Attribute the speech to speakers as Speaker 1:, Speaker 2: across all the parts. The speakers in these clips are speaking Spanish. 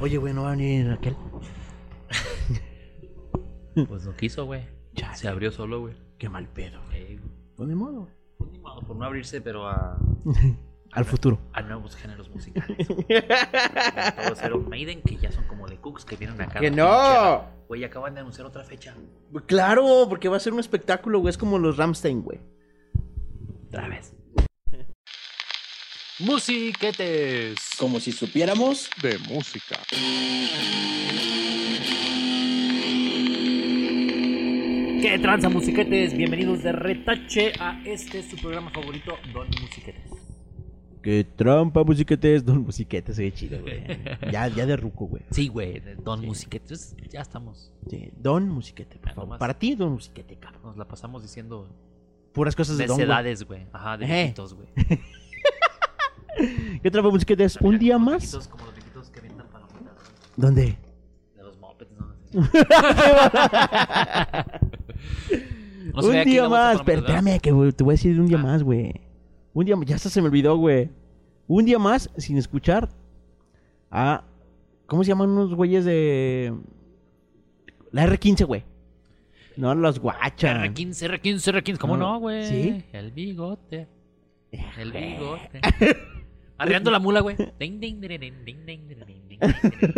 Speaker 1: Oye, güey, no va a venir Raquel.
Speaker 2: Pues no quiso, güey.
Speaker 1: Chale.
Speaker 2: Se abrió solo, güey.
Speaker 1: Qué mal pedo, güey.
Speaker 2: Eh,
Speaker 1: Pues ni modo, güey.
Speaker 2: pues ni modo, por no abrirse, pero a,
Speaker 1: Al futuro.
Speaker 2: a nuevos géneros musicales. güey. Todos eran Maiden, que ya son como de Cooks, que vienen acá.
Speaker 1: ¡Que no!
Speaker 2: Güey, acaban de anunciar otra fecha.
Speaker 1: Claro, porque va a ser un espectáculo, güey. Es como los Ramstein, güey.
Speaker 2: Otra vez.
Speaker 3: Musiquetes
Speaker 4: Como si supiéramos.
Speaker 3: de música.
Speaker 2: ¿Qué tranza, musiquetes? Bienvenidos de retache a este su programa favorito, Don Musiquetes.
Speaker 1: Qué trampa, musiquetes. Don Musiquetes, qué chido, güey. Ya, ya de ruco, güey.
Speaker 2: Sí, güey, de Don Musiquetes. Ya estamos.
Speaker 1: Sí, Don Musiquete, por
Speaker 2: Ah,
Speaker 1: favor.
Speaker 2: nomás.
Speaker 1: Para ti, Don Musiquete, cabrón.
Speaker 2: Nos la pasamos diciendo
Speaker 1: Puras cosas de Don. güey.
Speaker 2: necedades, güey. Ajá, de
Speaker 1: Eh.
Speaker 2: viejitos, güey.
Speaker 1: ¿Qué trampa, musiquetes? Un día
Speaker 2: Como los
Speaker 1: más.
Speaker 2: viejitos, Como los viejitos que vendan palomitas, güey.
Speaker 1: ¿Dónde?
Speaker 2: De los mopeds, ¿no? No sé,
Speaker 1: un
Speaker 2: aquí
Speaker 1: día
Speaker 2: le gusta
Speaker 1: más.
Speaker 2: palomitas, ¿verdad?
Speaker 1: Espérame, que güey, te voy a decir de un día
Speaker 2: Ah.
Speaker 1: más, güey. Un día Ya hasta se me olvidó, güey. Un día más sin escuchar a. ¿Cómo se llaman unos güeyes de. La R15, güey? No, los guachas.
Speaker 2: R15, R15, R15. ¿Cómo
Speaker 1: No,
Speaker 2: no, güey?
Speaker 1: ¿sí?
Speaker 2: El bigote. El bigote. Arreando la mula, güey. Ding, ding, ding, ding, ding, ding, ding, ding, ding, ding,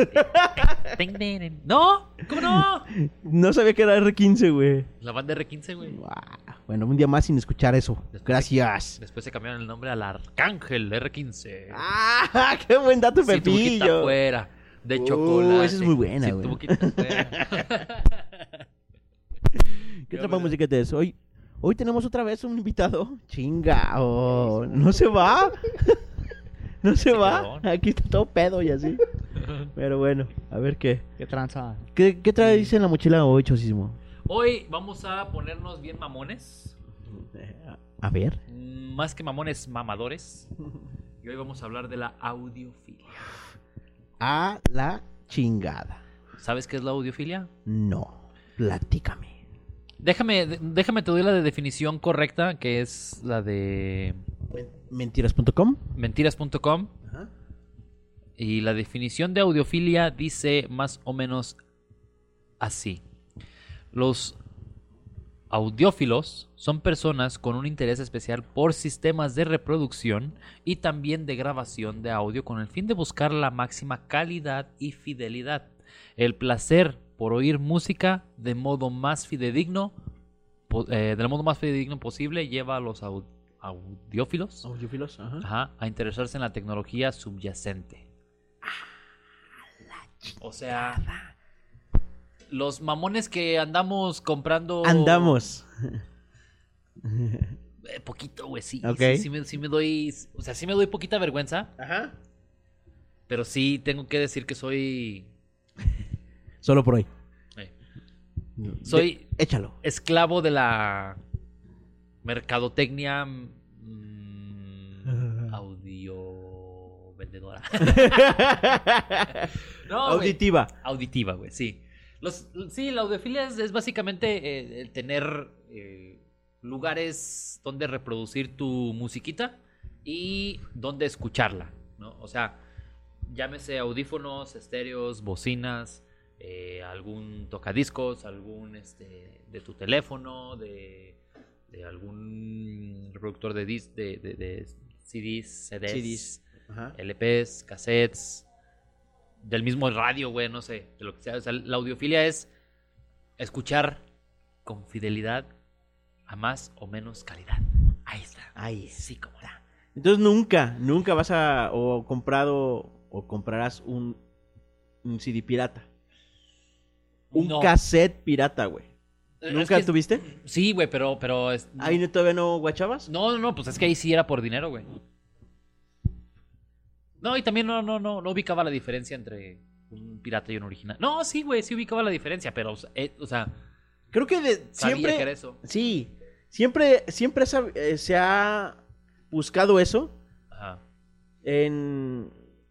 Speaker 2: ding, ding, ding. No, ¿cómo no?
Speaker 1: No sabía que era R15, güey.
Speaker 2: La banda R15, güey.
Speaker 1: Guau. Bueno, un día más sin escuchar eso.
Speaker 2: Después-
Speaker 1: Gracias.
Speaker 2: Después se cambiaron el nombre al Arcángel R15.
Speaker 1: ¡Ah! ¡Qué buen dato,
Speaker 2: Si tu boquita
Speaker 1: Pepillo!
Speaker 2: fuera de
Speaker 1: Uh,
Speaker 2: chocolate.
Speaker 1: esa es muy buena,
Speaker 2: Si
Speaker 1: güey.
Speaker 2: tu boquita fuera.
Speaker 1: ¿Qué trampa musiquetes? Hoy, hoy tenemos otra vez un invitado. Chinga, oh, no se va. No se va.
Speaker 2: quedó.
Speaker 1: Aquí está todo pedo y así. Pero bueno, a ver qué.
Speaker 5: ¿Qué tranza?
Speaker 1: ¿Qué, qué traes en la mochila hoy, Chosismo?
Speaker 2: Hoy vamos a ponernos bien mamones.
Speaker 1: A ver.
Speaker 2: Mm, Más que mamones, mamadores. Y hoy vamos a hablar de la audiofilia.
Speaker 1: A la chingada.
Speaker 2: ¿Sabes qué es la audiofilia?
Speaker 1: No. Platícame.
Speaker 2: Déjame, de- déjame te doy la de definición correcta, que es la de
Speaker 1: Mentiras.com.
Speaker 2: mentiras.com.
Speaker 1: Ajá.
Speaker 2: Y la definición de audiofilia dice más o menos así. Los audiófilos son personas con un interés especial por sistemas de reproducción y también de grabación de audio con el fin de buscar la máxima calidad y fidelidad. El placer por oír música de modo más fidedigno, po- eh, del modo más fidedigno posible lleva a los au- audiófilos
Speaker 1: Oh, Audiofilos, ajá.
Speaker 2: Ajá, a interesarse en la tecnología subyacente. O sea, los mamones que andamos comprando.
Speaker 1: Andamos.
Speaker 2: Eh, poquito, güey, sí.
Speaker 1: Ok.
Speaker 2: Sí, sí me, sí me doy. O sea, sí me doy poquita vergüenza,
Speaker 1: Ajá.
Speaker 2: pero sí tengo que decir que soy.
Speaker 1: Solo por hoy.
Speaker 2: eh,
Speaker 1: De-
Speaker 2: soy
Speaker 1: Échalo.
Speaker 2: esclavo de la mercadotecnia. mm, audio. vendedora. No, güey.
Speaker 1: Auditiva.
Speaker 2: Auditiva, güey, sí. Los, sí, la audiofilia es, es básicamente eh, el tener eh, lugares donde reproducir tu musiquita y donde escucharla, ¿no? O sea, llámese audífonos, estéreos, bocinas, eh, algún tocadiscos, algún este, de tu teléfono, de, de algún reproductor de, dis- de, de- de CDs, CDs,
Speaker 1: CDs. Ajá.
Speaker 2: LPs, cassettes, del mismo radio, güey, no sé, de lo que sea. O sea, la audiofilia es escuchar con fidelidad a más o menos calidad. Ahí está.
Speaker 1: Ahí es.
Speaker 2: Sí, como da.
Speaker 1: Entonces nunca, nunca vas a o comprado o comprarás un, un CD pirata. Un
Speaker 2: No.
Speaker 1: cassette pirata, güey.
Speaker 2: Eh,
Speaker 1: ¿Nunca
Speaker 2: es que-
Speaker 1: tuviste?
Speaker 2: Sí, güey, pero, pero es- no.
Speaker 1: Ahí no, todavía no guachabas.
Speaker 2: no, no, no, pues es que ahí sí era por dinero, güey. No, y también no, no, no, no ubicaba la diferencia entre un pirata y un original. No, sí, güey, sí ubicaba la diferencia, pero, o sea, eh, o sea,
Speaker 1: Creo que de-
Speaker 2: sabía
Speaker 1: siempre.
Speaker 2: que era eso.
Speaker 1: Sí. Siempre, siempre sab- eh, se ha buscado eso.
Speaker 2: Ajá.
Speaker 1: En...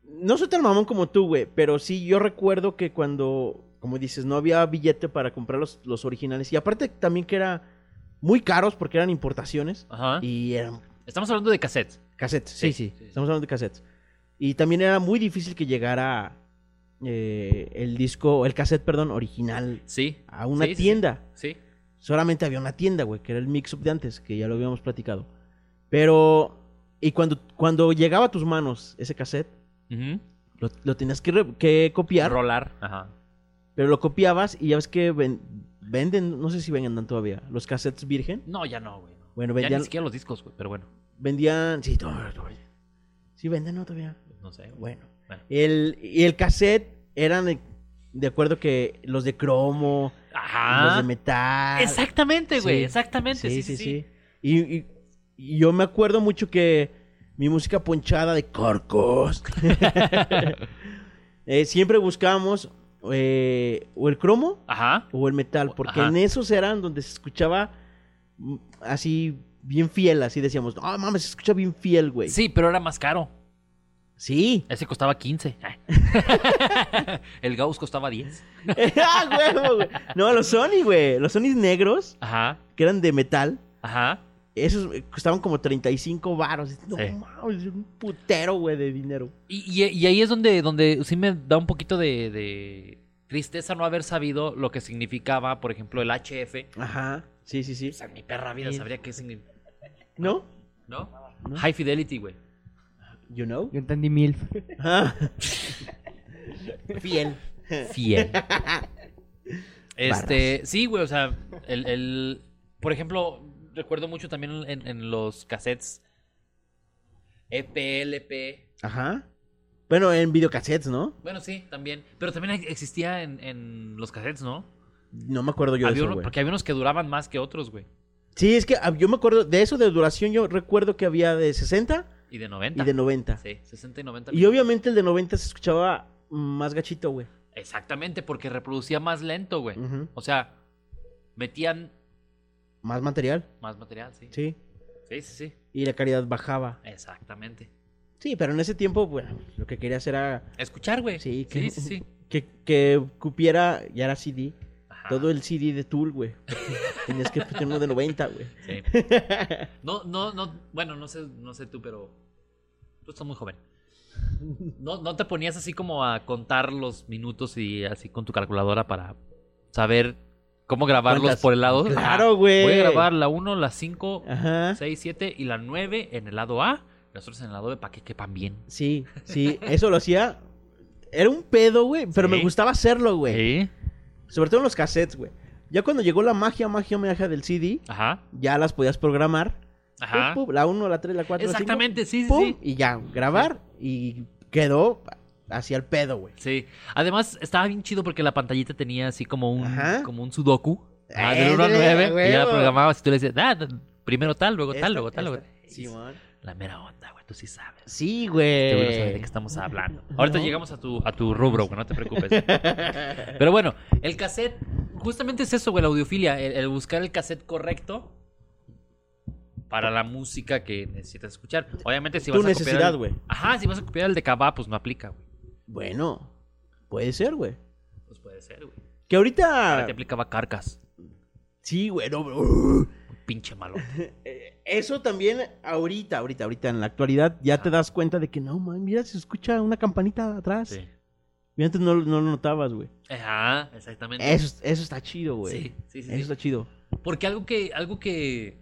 Speaker 1: No soy tan mamón como tú, güey, pero sí yo recuerdo que cuando, como dices, no había billete para comprar los, los originales. Y aparte también que era muy caros porque eran importaciones.
Speaker 2: Ajá.
Speaker 1: Y eran
Speaker 2: Estamos hablando de cassettes.
Speaker 1: cassettes. Sí, sí,
Speaker 2: Sí, sí, sí.
Speaker 1: Estamos hablando de cassettes. Y también era muy difícil que llegara eh, el disco, el cassette, perdón, original
Speaker 2: Sí.
Speaker 1: a una
Speaker 2: Sí, sí, sí.
Speaker 1: tienda.
Speaker 2: Sí.
Speaker 1: Solamente había una tienda, güey, que era el mix-up de antes, que ya lo habíamos platicado. Pero, y cuando, cuando llegaba a tus manos ese cassette,
Speaker 2: Ujú.
Speaker 1: lo, lo tenías que, re- que copiar,
Speaker 2: Rolar. Ajá.
Speaker 1: pero lo copiabas y ya ves que ven- venden, no sé si vendan todavía, los cassettes virgen.
Speaker 2: No, ya no, güey. no.
Speaker 1: Bueno,
Speaker 2: Ya
Speaker 1: vendían,
Speaker 2: ni siquiera los discos, güey, pero bueno.
Speaker 1: vendían, sí, to- to- sí venden, ¿no? Todavía.
Speaker 2: No sé. güey.
Speaker 1: Bueno.
Speaker 2: Bueno.
Speaker 1: El, y el cassette eran de, de acuerdo que los de cromo, los
Speaker 2: Ajá.
Speaker 1: de metal.
Speaker 2: Ah. Exactamente, güey.
Speaker 1: Sí.
Speaker 2: Exactamente. Sí, sí, sí.
Speaker 1: Y, y- y yo me acuerdo mucho que mi música ponchada de corcos. eh, siempre buscábamos eh, o el cromo
Speaker 2: Ajá.
Speaker 1: o el metal, porque
Speaker 2: Ajá.
Speaker 1: en esos eran donde se escuchaba mm, así bien fiel, así decíamos, no mames, se escucha bien fiel, güey.
Speaker 2: Sí, pero era más caro.
Speaker 1: Sí.
Speaker 2: Ese costaba 15. Ay. El Gauss costaba 10.
Speaker 1: Ah, huevo, güey. No, los Sony, güey. Los Sony negros,
Speaker 2: Ajá.
Speaker 1: que eran de metal,
Speaker 2: Ajá.
Speaker 1: esos eh, costaban como 35 varos. No
Speaker 2: Sí.
Speaker 1: mames, un putero, güey, de dinero.
Speaker 2: Y, y- y ahí es donde, donde sí me da un poquito de, de tristeza no haber sabido lo que significaba, por ejemplo, el HF.
Speaker 1: Ajá, sí, sí, sí.
Speaker 2: O sea, mi perra vida sabría qué significa.
Speaker 1: ¿No?
Speaker 2: ¿No?
Speaker 1: No.
Speaker 2: High Fidelity, güey.
Speaker 1: You know? Ah.
Speaker 4: Yo entendí MILF.
Speaker 1: Ajá. Fiel.
Speaker 2: Fiel. Este, sí, güey, o sea, el, el- por ejemplo, recuerdo mucho también en, en los cassettes E EPLP.
Speaker 1: Ajá. Bueno, en videocassettes, ¿no?
Speaker 2: Bueno, sí, también. Pero también ex- existía en, en los cassettes, ¿no?
Speaker 1: No me acuerdo yo de
Speaker 2: Había
Speaker 1: eso,
Speaker 2: uno-
Speaker 1: güey.
Speaker 2: porque había unos que duraban más que otros, güey.
Speaker 1: Sí, es que ah, yo me acuerdo de eso de duración. Yo recuerdo que había de 60
Speaker 2: Y de
Speaker 1: y
Speaker 2: 90.
Speaker 1: de 90.
Speaker 2: Sí, 60 y 90.
Speaker 1: Y obviamente el de 90 se escuchaba más gachito, güey.
Speaker 2: Exactamente, porque reproducía más lento, güey.
Speaker 1: Ujú.
Speaker 2: O sea, metían
Speaker 1: Más material,
Speaker 2: más material, sí.
Speaker 1: sí.
Speaker 2: Sí, sí, sí.
Speaker 1: Y la calidad bajaba.
Speaker 2: Exactamente.
Speaker 1: Sí, pero en ese tiempo, bueno, lo que querías era
Speaker 2: Escuchar, güey.
Speaker 1: Sí,
Speaker 2: sí,
Speaker 1: que-
Speaker 2: sí, sí.
Speaker 1: que, que cupiera, ya era CD,
Speaker 2: Ajá.
Speaker 1: todo el CD de Tool, güey. Tenías que poner uno de 90, güey.
Speaker 2: Sí. No, no, no. Bueno, no sé, no sé tú, pero tú estás muy joven. No, no te ponías así como a contar los minutos y así con tu calculadora para saber cómo grabarlos
Speaker 1: ¿Cuántas?
Speaker 2: por el lado.
Speaker 1: Claro,
Speaker 2: Ah,
Speaker 1: güey.
Speaker 2: Voy a grabar la 1, la 5,
Speaker 1: Ajá.
Speaker 2: 6, 7 y la 9 en el lado A. Las otras en el lado B para que quepan bien.
Speaker 1: Sí, sí, eso lo hacía. Era un pedo, güey, pero
Speaker 2: Sí.
Speaker 1: me gustaba hacerlo, güey.
Speaker 2: Sí.
Speaker 1: Sobre todo en los cassettes, güey. Ya cuando llegó la magia, magia, magia del CD,
Speaker 2: Ajá.
Speaker 1: ya las podías programar. pues,
Speaker 2: Ajá.
Speaker 1: Pum, pum, la 1, la 3, la 4,
Speaker 2: Exactamente, sí, sí, sí.
Speaker 1: Y ya, grabar. Y quedó hacia el pedo, güey.
Speaker 2: Sí. Además, estaba bien chido porque la pantallita tenía así como un,
Speaker 1: Ajá.
Speaker 2: como un sudoku. Ah, de
Speaker 1: Ese,
Speaker 2: 1 a 9. Y ya
Speaker 1: huevo.
Speaker 2: programabas y tú le decías, ah, primero tal, luego
Speaker 1: Esta,
Speaker 2: tal, luego tal, luego
Speaker 1: esta.
Speaker 2: tal.
Speaker 1: Simón.
Speaker 2: La mera onda, güey, tú sí sabes.
Speaker 1: Sí,
Speaker 2: Este güey no sabe de
Speaker 1: güey.
Speaker 2: qué estamos hablando. Ahorita llegamos a tu, a tu rubro, güey, no te preocupes. Pero bueno, el cassette, justamente es eso, güey, la audiofilia, el, el buscar el cassette correcto para la música que necesitas escuchar. Obviamente, si
Speaker 1: Tu
Speaker 2: vas a copiar.
Speaker 1: necesidad,
Speaker 2: el-
Speaker 1: güey.
Speaker 2: Ajá, si vas a copiar el de Cabá, pues no aplica, güey.
Speaker 1: Bueno, puede ser, güey.
Speaker 2: Pues puede ser, güey.
Speaker 1: Que
Speaker 2: Ahora
Speaker 1: ahorita.
Speaker 2: te aplicaba carcas.
Speaker 1: Sí, güey, no, bro.
Speaker 2: Pinche malo.
Speaker 1: Eh, Eso también ahorita, ahorita, ahorita, en la actualidad, ya te das cuenta de que no, man, mira, se escucha una campanita atrás.
Speaker 2: Sí.
Speaker 1: Y antes no, no lo notabas, güey.
Speaker 2: Ajá, exactamente.
Speaker 1: Eso, eso está chido, güey.
Speaker 2: Sí, sí, sí,
Speaker 1: Eso
Speaker 2: sí.
Speaker 1: está chido.
Speaker 2: Porque algo que, algo que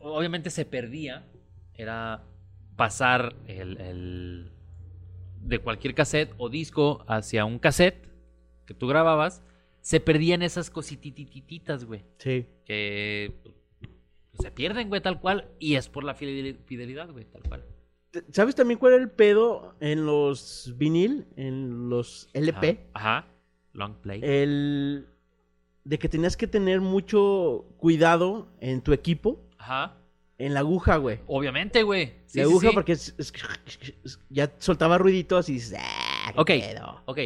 Speaker 2: obviamente se perdía era pasar el, el- de cualquier cassette o disco hacia un cassette que tú grababas. Se perdían esas cosititititas, güey.
Speaker 1: Sí.
Speaker 2: Que se pierden, güey, tal cual. Y es por la fidel- fidelidad, güey, tal cual.
Speaker 1: ¿Sabes también cuál era el pedo en los vinil, en los
Speaker 2: Ajá,
Speaker 1: LP?
Speaker 2: Ajá. Long play.
Speaker 1: Eh. El de que tenías que tener mucho cuidado en tu equipo
Speaker 2: Ajá.
Speaker 1: En la aguja, güey.
Speaker 2: Obviamente, güey. Sí,
Speaker 1: la
Speaker 2: sí,
Speaker 1: aguja
Speaker 2: sí.
Speaker 1: porque es- es- ya soltaba ruiditos y dices, "Ah, qué
Speaker 2: Ok,
Speaker 1: pedo".
Speaker 2: ok.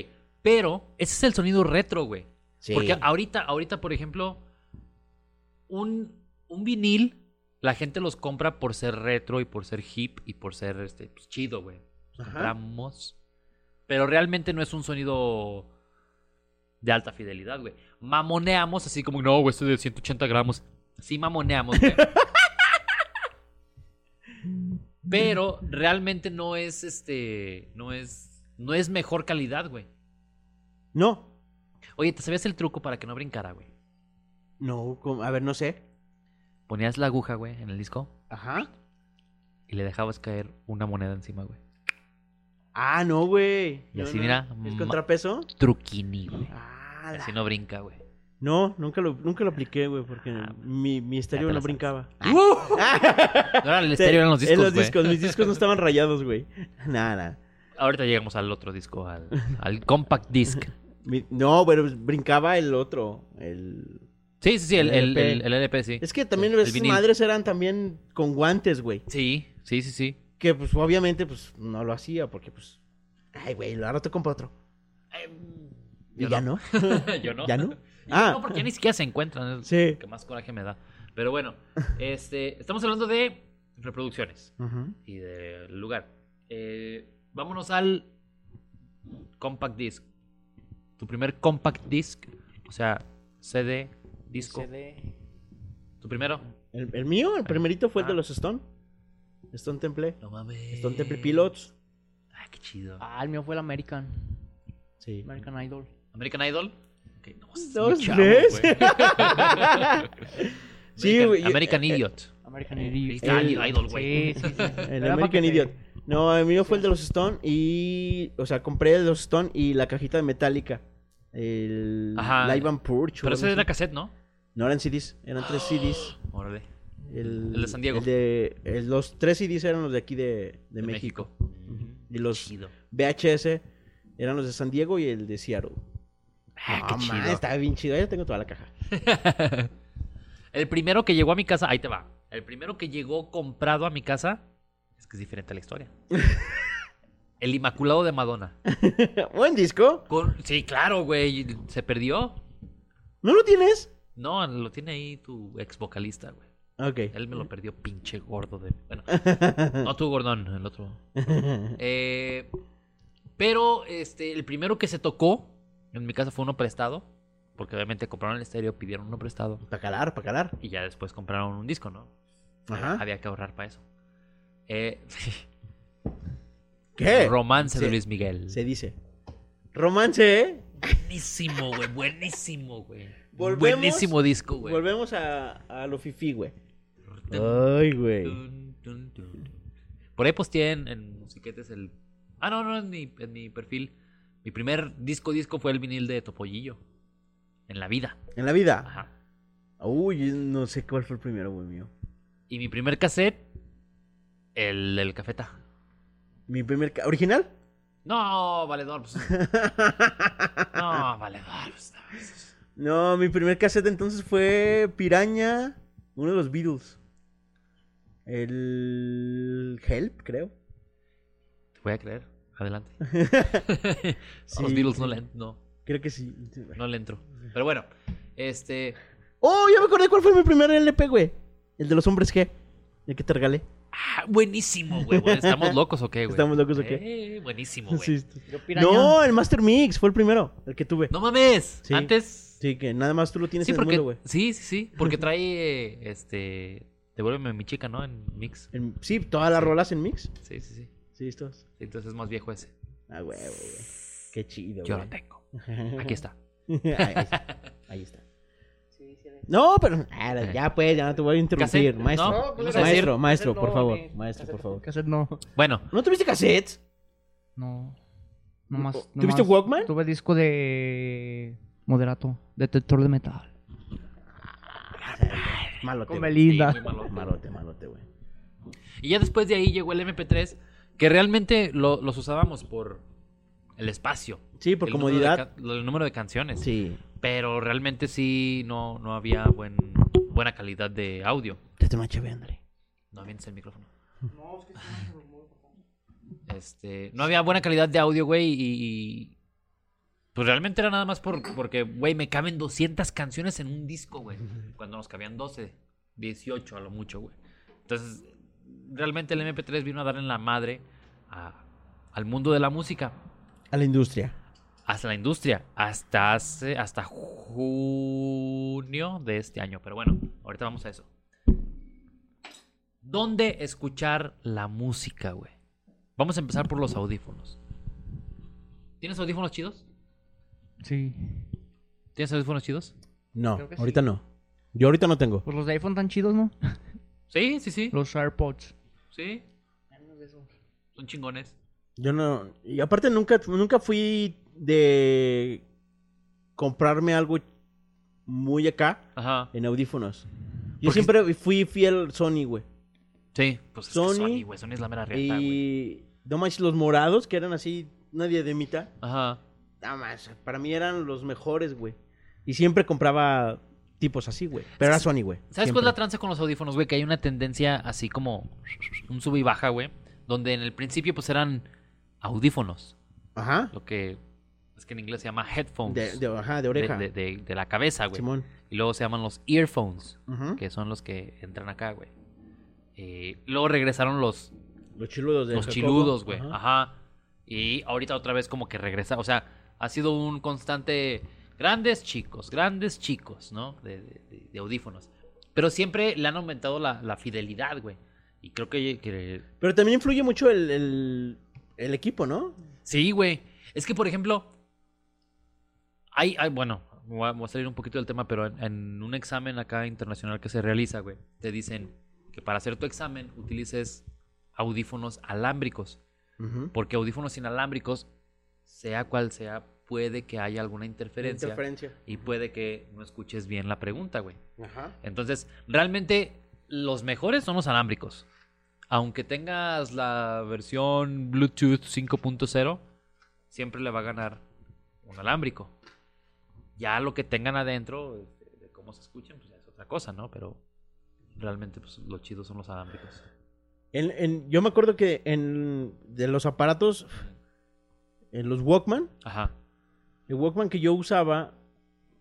Speaker 2: Pero ese es el sonido retro, güey.
Speaker 1: Sí.
Speaker 2: Porque ah, ahorita, ahorita, por ejemplo, un, un vinil, la gente los compra por ser retro y por ser hip y por ser este, pues, chido, güey.
Speaker 1: Ajá.
Speaker 2: Compramos. Pero realmente no es un sonido de alta fidelidad, güey. Mamoneamos así como, no, güey, este es de 180 gramos. Sí, mamoneamos, güey. Pero realmente no es este. No es. No es mejor calidad, güey.
Speaker 1: No,
Speaker 2: Oye, ¿te sabías el truco para que no brincara, güey?
Speaker 1: no, ¿cómo? a ver, no sé.
Speaker 2: Ponías la aguja, güey, en el disco
Speaker 1: Ajá.
Speaker 2: y le dejabas caer una moneda encima, güey.
Speaker 1: Ah, no, güey.
Speaker 2: Y
Speaker 1: No,
Speaker 2: así,
Speaker 1: no.
Speaker 2: mira,
Speaker 1: ¿Es
Speaker 2: ma-
Speaker 1: contrapeso?
Speaker 2: Truquini, güey.
Speaker 1: Ah, la-
Speaker 2: Así no brinca, güey.
Speaker 1: No, nunca lo, nunca lo apliqué, güey, porque mi, mi estéreo
Speaker 2: Ah.
Speaker 1: no
Speaker 2: te la sabes.
Speaker 1: brincaba.
Speaker 2: No era el estéreo, eran los discos,
Speaker 1: En los
Speaker 2: güey.
Speaker 1: discos, mis discos no estaban rayados, güey. Nada.
Speaker 2: Ahorita llegamos al otro disco, al, al compact disc.
Speaker 1: Mi- No, pero brincaba el otro. El...
Speaker 2: Sí, sí, sí, el,
Speaker 1: El
Speaker 2: el,
Speaker 1: LP.
Speaker 2: el- el LP, sí.
Speaker 1: Es que también
Speaker 2: El
Speaker 1: esas
Speaker 2: vinil.
Speaker 1: madres eran también con guantes, güey.
Speaker 2: Sí, sí, sí, sí.
Speaker 1: Que pues obviamente pues no lo hacía porque pues... Ay, güey, ahora te compro otro. Y
Speaker 2: yo
Speaker 1: ya no.
Speaker 2: no. Yo no.
Speaker 1: ¿Ya no?
Speaker 2: Y
Speaker 1: Ah.
Speaker 2: No, porque ya ni siquiera se encuentran. Es
Speaker 1: Sí.
Speaker 2: lo que más coraje me da. Pero bueno, este, estamos hablando de reproducciones
Speaker 1: Ujú.
Speaker 2: y de lugar. Eh, vámonos al compact disc. Tu primer compact disc, o sea, CD, disco. Tu primero.
Speaker 1: ¿El, el mío, el primerito fue el de
Speaker 2: Ah.
Speaker 1: los Stone. Stone Temple.
Speaker 2: No mames.
Speaker 1: Stone Temple Pilots.
Speaker 2: Eh, Ah, qué chido.
Speaker 4: Ah, el mío fue el American.
Speaker 1: Sí.
Speaker 4: American Idol.
Speaker 2: American Idol. Ok, no, estás muy
Speaker 1: Dos,
Speaker 2: chavo,
Speaker 1: tres.
Speaker 2: güey.
Speaker 1: sí, güey.
Speaker 2: American, American Idiot.
Speaker 4: American
Speaker 2: Viste,
Speaker 4: Idol.
Speaker 2: Idol, Idol, güey.
Speaker 4: Sí, sí, sí. Era
Speaker 1: El
Speaker 4: para
Speaker 1: American
Speaker 4: que se-
Speaker 1: Idiot. No, el mío fue el de los Stone y... O sea, compré el de los Stone y la cajita de Metallica. El
Speaker 2: Ajá.
Speaker 1: Live and Purge. o
Speaker 2: Pero
Speaker 1: algo
Speaker 2: ese
Speaker 1: así.
Speaker 2: era cassette, ¿no?
Speaker 1: No eran CDs, eran tres CDs.
Speaker 2: Órale.
Speaker 1: El,
Speaker 2: El de San Diego.
Speaker 1: el de- el- los tres CDs eran los de aquí de, de
Speaker 2: De
Speaker 1: México.
Speaker 2: México.
Speaker 1: Y los
Speaker 2: Chido.
Speaker 1: VHS eran los de San Diego y el de Seattle.
Speaker 2: Ah,
Speaker 1: No,
Speaker 2: qué
Speaker 1: man,
Speaker 2: chido.
Speaker 1: Estaba bien chido, ya tengo toda la caja.
Speaker 2: El primero que llegó a mi casa, ahí te va. El primero que llegó comprado a mi casa, es que es diferente a la historia. El Inmaculado de Madonna.
Speaker 1: Buen disco.
Speaker 2: Con- sí, claro, güey. Se perdió.
Speaker 1: ¿No lo tienes?
Speaker 2: No, lo tiene ahí tu ex vocalista, güey.
Speaker 1: Ok.
Speaker 2: Él me lo perdió, pinche gordo de. Bueno, no tu gordón, el otro. Eh, pero este, el primero que se tocó en mi casa fue uno prestado. Porque obviamente compraron el estéreo, pidieron uno prestado.
Speaker 1: para calar, para calar.
Speaker 2: Y ya después compraron un disco, ¿no?
Speaker 1: Ajá.
Speaker 2: Había que ahorrar para eso. Eh,
Speaker 1: ¿Qué?
Speaker 2: Romance
Speaker 1: Se-
Speaker 2: de Luis Miguel.
Speaker 1: Se dice. Romance, ¿eh?
Speaker 2: Buenísimo, güey. Buenísimo, güey.
Speaker 1: Volvemos-
Speaker 2: Buenísimo disco, güey.
Speaker 1: Volvemos a, a lo fifi, güey.
Speaker 2: Tun,
Speaker 1: Ay, güey.
Speaker 2: tun, tun, tun. Por ahí posteé en, en Musiquetes el. Ah, no, no, en mi, en mi perfil. Mi primer disco disco fue el vinil de Topollillo. En la vida.
Speaker 1: En la vida.
Speaker 2: Ajá.
Speaker 1: Uy, no sé cuál fue el primero, güey mío.
Speaker 2: Y mi primer cassette, el, el cafeta.
Speaker 1: Mi primer... ca- ¿Original?
Speaker 2: No, valedor. Pues, no, valedor. pues, no, pues,
Speaker 1: No, mi primer cassette entonces fue Piraña, uno de los Beatles. El Help, creo.
Speaker 2: Te voy a creer. Adelante.
Speaker 1: Sí,
Speaker 2: A los Beatles no le, no,
Speaker 1: Creo que sí.
Speaker 2: no le entro. Pero bueno, este.
Speaker 1: Oh, ya me acordé cuál fue mi primer LP, güey. El de los hombres G. El que te regalé.
Speaker 2: ah, buenísimo, güey. bueno, ¿Estamos locos o qué, güey?
Speaker 1: ¿Estamos locos o
Speaker 2: Eh, buenísimo, güey.
Speaker 1: Sí, sí.
Speaker 4: Yo piraña.
Speaker 1: No, el Master Mix fue el primero, el que tuve.
Speaker 2: No mames.
Speaker 1: Sí.
Speaker 2: Antes.
Speaker 1: Sí, que nada más tú lo tienes
Speaker 2: Sí,
Speaker 1: en el
Speaker 2: porque.
Speaker 1: mundo, güey.
Speaker 2: sí, sí, sí. Porque trae. Este. Devuélveme mi chica, ¿no? En mix.
Speaker 1: En- Sí, todas las rolas en mix.
Speaker 2: Sí, sí, sí.
Speaker 1: Sí, todas.
Speaker 2: Entonces es más viejo ese.
Speaker 1: Ah, güey, güey, güey. Qué chido,
Speaker 2: Yo lo
Speaker 1: güey.
Speaker 2: tengo. Aquí está.
Speaker 1: ahí, está. ahí está.
Speaker 4: Sí, sí,
Speaker 1: No, pero ah, ya pues, ya no te voy a interrumpir,
Speaker 2: Cassette,
Speaker 1: maestro.
Speaker 2: ¿no? ¿Qué ibas a decir?
Speaker 1: pues, Maestro, maestro,
Speaker 4: pues, Cassette
Speaker 1: por
Speaker 4: no,
Speaker 1: favor,
Speaker 4: ni-
Speaker 1: maestro, por favor.
Speaker 4: Cassette no.
Speaker 2: Bueno,
Speaker 1: ¿No tuviste cassettes?
Speaker 4: No. Nomás,
Speaker 1: ¿Tuviste
Speaker 4: nomás
Speaker 1: Walkman?
Speaker 4: Tuve disco de moderato, detector de metal.
Speaker 1: Malote.
Speaker 4: Come
Speaker 1: güey.
Speaker 4: linda.
Speaker 2: Sí, muy malo.
Speaker 1: Malote, malote, güey.
Speaker 2: Y ya después de ahí llegó el MP3, que realmente lo- los usábamos por el espacio.
Speaker 1: Sí, por
Speaker 2: el
Speaker 1: comodidad.
Speaker 2: número de ca- el número de canciones.
Speaker 1: Sí.
Speaker 2: Pero realmente sí no, no había buen, buena calidad de audio.
Speaker 1: Te te macho, güey, ándale.
Speaker 2: No avientes el micrófono.
Speaker 5: No, es que es un muy importante.
Speaker 2: Este, no había buena calidad de audio, güey, y... y- Pues realmente era nada más por, porque, güey, me caben 200 canciones en un disco, güey. Cuando nos cabían 12, 18 a lo mucho, güey. Entonces, realmente el MP3 vino a dar en la madre a- al mundo de la música.
Speaker 1: A la industria.
Speaker 2: Hasta la industria. Hasta, hace, hasta junio de este año. Pero bueno, ahorita vamos a eso. ¿Dónde escuchar la música, güey? Vamos a empezar por los audífonos. ¿Tienes audífonos chidos?
Speaker 4: Sí.
Speaker 2: ¿Tienes audífonos chidos?
Speaker 1: No,
Speaker 4: Creo que sí.
Speaker 1: ahorita no. Yo ahorita no tengo.
Speaker 4: Pues los de iPhone tan chidos, ¿no?
Speaker 2: Sí, sí, sí.
Speaker 4: Los AirPods.
Speaker 2: Sí. Son chingones.
Speaker 1: Yo no. Y aparte nunca, nunca fui de comprarme algo muy acá
Speaker 2: Ajá.
Speaker 1: en audífonos. Yo
Speaker 2: Porque-
Speaker 1: siempre fui fiel Sony, güey.
Speaker 2: Sí. Pues es que
Speaker 1: Sony
Speaker 2: Sony, güey. Sony es la mera reta, güey.
Speaker 1: Y no manches, los morados, que eran así, una diademita.
Speaker 2: Ajá.
Speaker 1: Nada más, para mí eran los mejores, güey. Y siempre compraba tipos así, güey. Pero era Sony, güey.
Speaker 2: ¿Sabes cuál es la
Speaker 1: siempre.
Speaker 2: tranza con los audífonos, güey? Que hay una tendencia así como un sub y baja, güey. Donde en el principio pues eran audífonos.
Speaker 1: Ajá.
Speaker 2: Lo que es que en inglés se llama headphones.
Speaker 1: De, de- ajá, de oreja.
Speaker 2: De, de- de la cabeza, güey.
Speaker 1: Simón.
Speaker 2: Y luego se llaman los earphones,
Speaker 1: Ujú.
Speaker 2: que son los que entran acá, güey. Eh, luego regresaron los,
Speaker 1: Los chiludos de
Speaker 2: los
Speaker 1: Jacobo.
Speaker 2: chiludos, güey.
Speaker 1: Ajá.
Speaker 2: Ajá. Y ahorita otra vez como que regresa. O sea, ha sido un constante. Grandes chicos, grandes chicos, ¿no? De, de- de audífonos. Pero siempre le han aumentado la, la fidelidad, güey. Y creo que. que-
Speaker 1: Pero también influye mucho el, el, el equipo, ¿no?
Speaker 2: Sí, güey. Es que, por ejemplo. Hay, hay- bueno, me voy a, me voy a salir un poquito del tema, pero en, en un examen acá internacional que se realiza, güey, te dicen que para hacer tu examen utilices audífonos alámbricos.
Speaker 1: Ujú.
Speaker 2: Porque audífonos inalámbricos, sea cual sea, puede que haya alguna interferencia,
Speaker 1: Interferencia.
Speaker 2: y puede que no escuches bien la pregunta, güey.
Speaker 1: Ajá.
Speaker 2: Entonces, realmente los mejores son los alámbricos. Aunque tengas la versión Bluetooth 5.0, siempre le va a ganar un alámbrico. Ya lo que tengan adentro, este, de cómo se escuchen, pues ya es otra cosa, ¿no? Pero realmente pues, lo chido son los alámbricos.
Speaker 1: En, en- yo me acuerdo que en de los aparatos, en los Walkman,
Speaker 2: Ajá.
Speaker 1: el Walkman que yo usaba,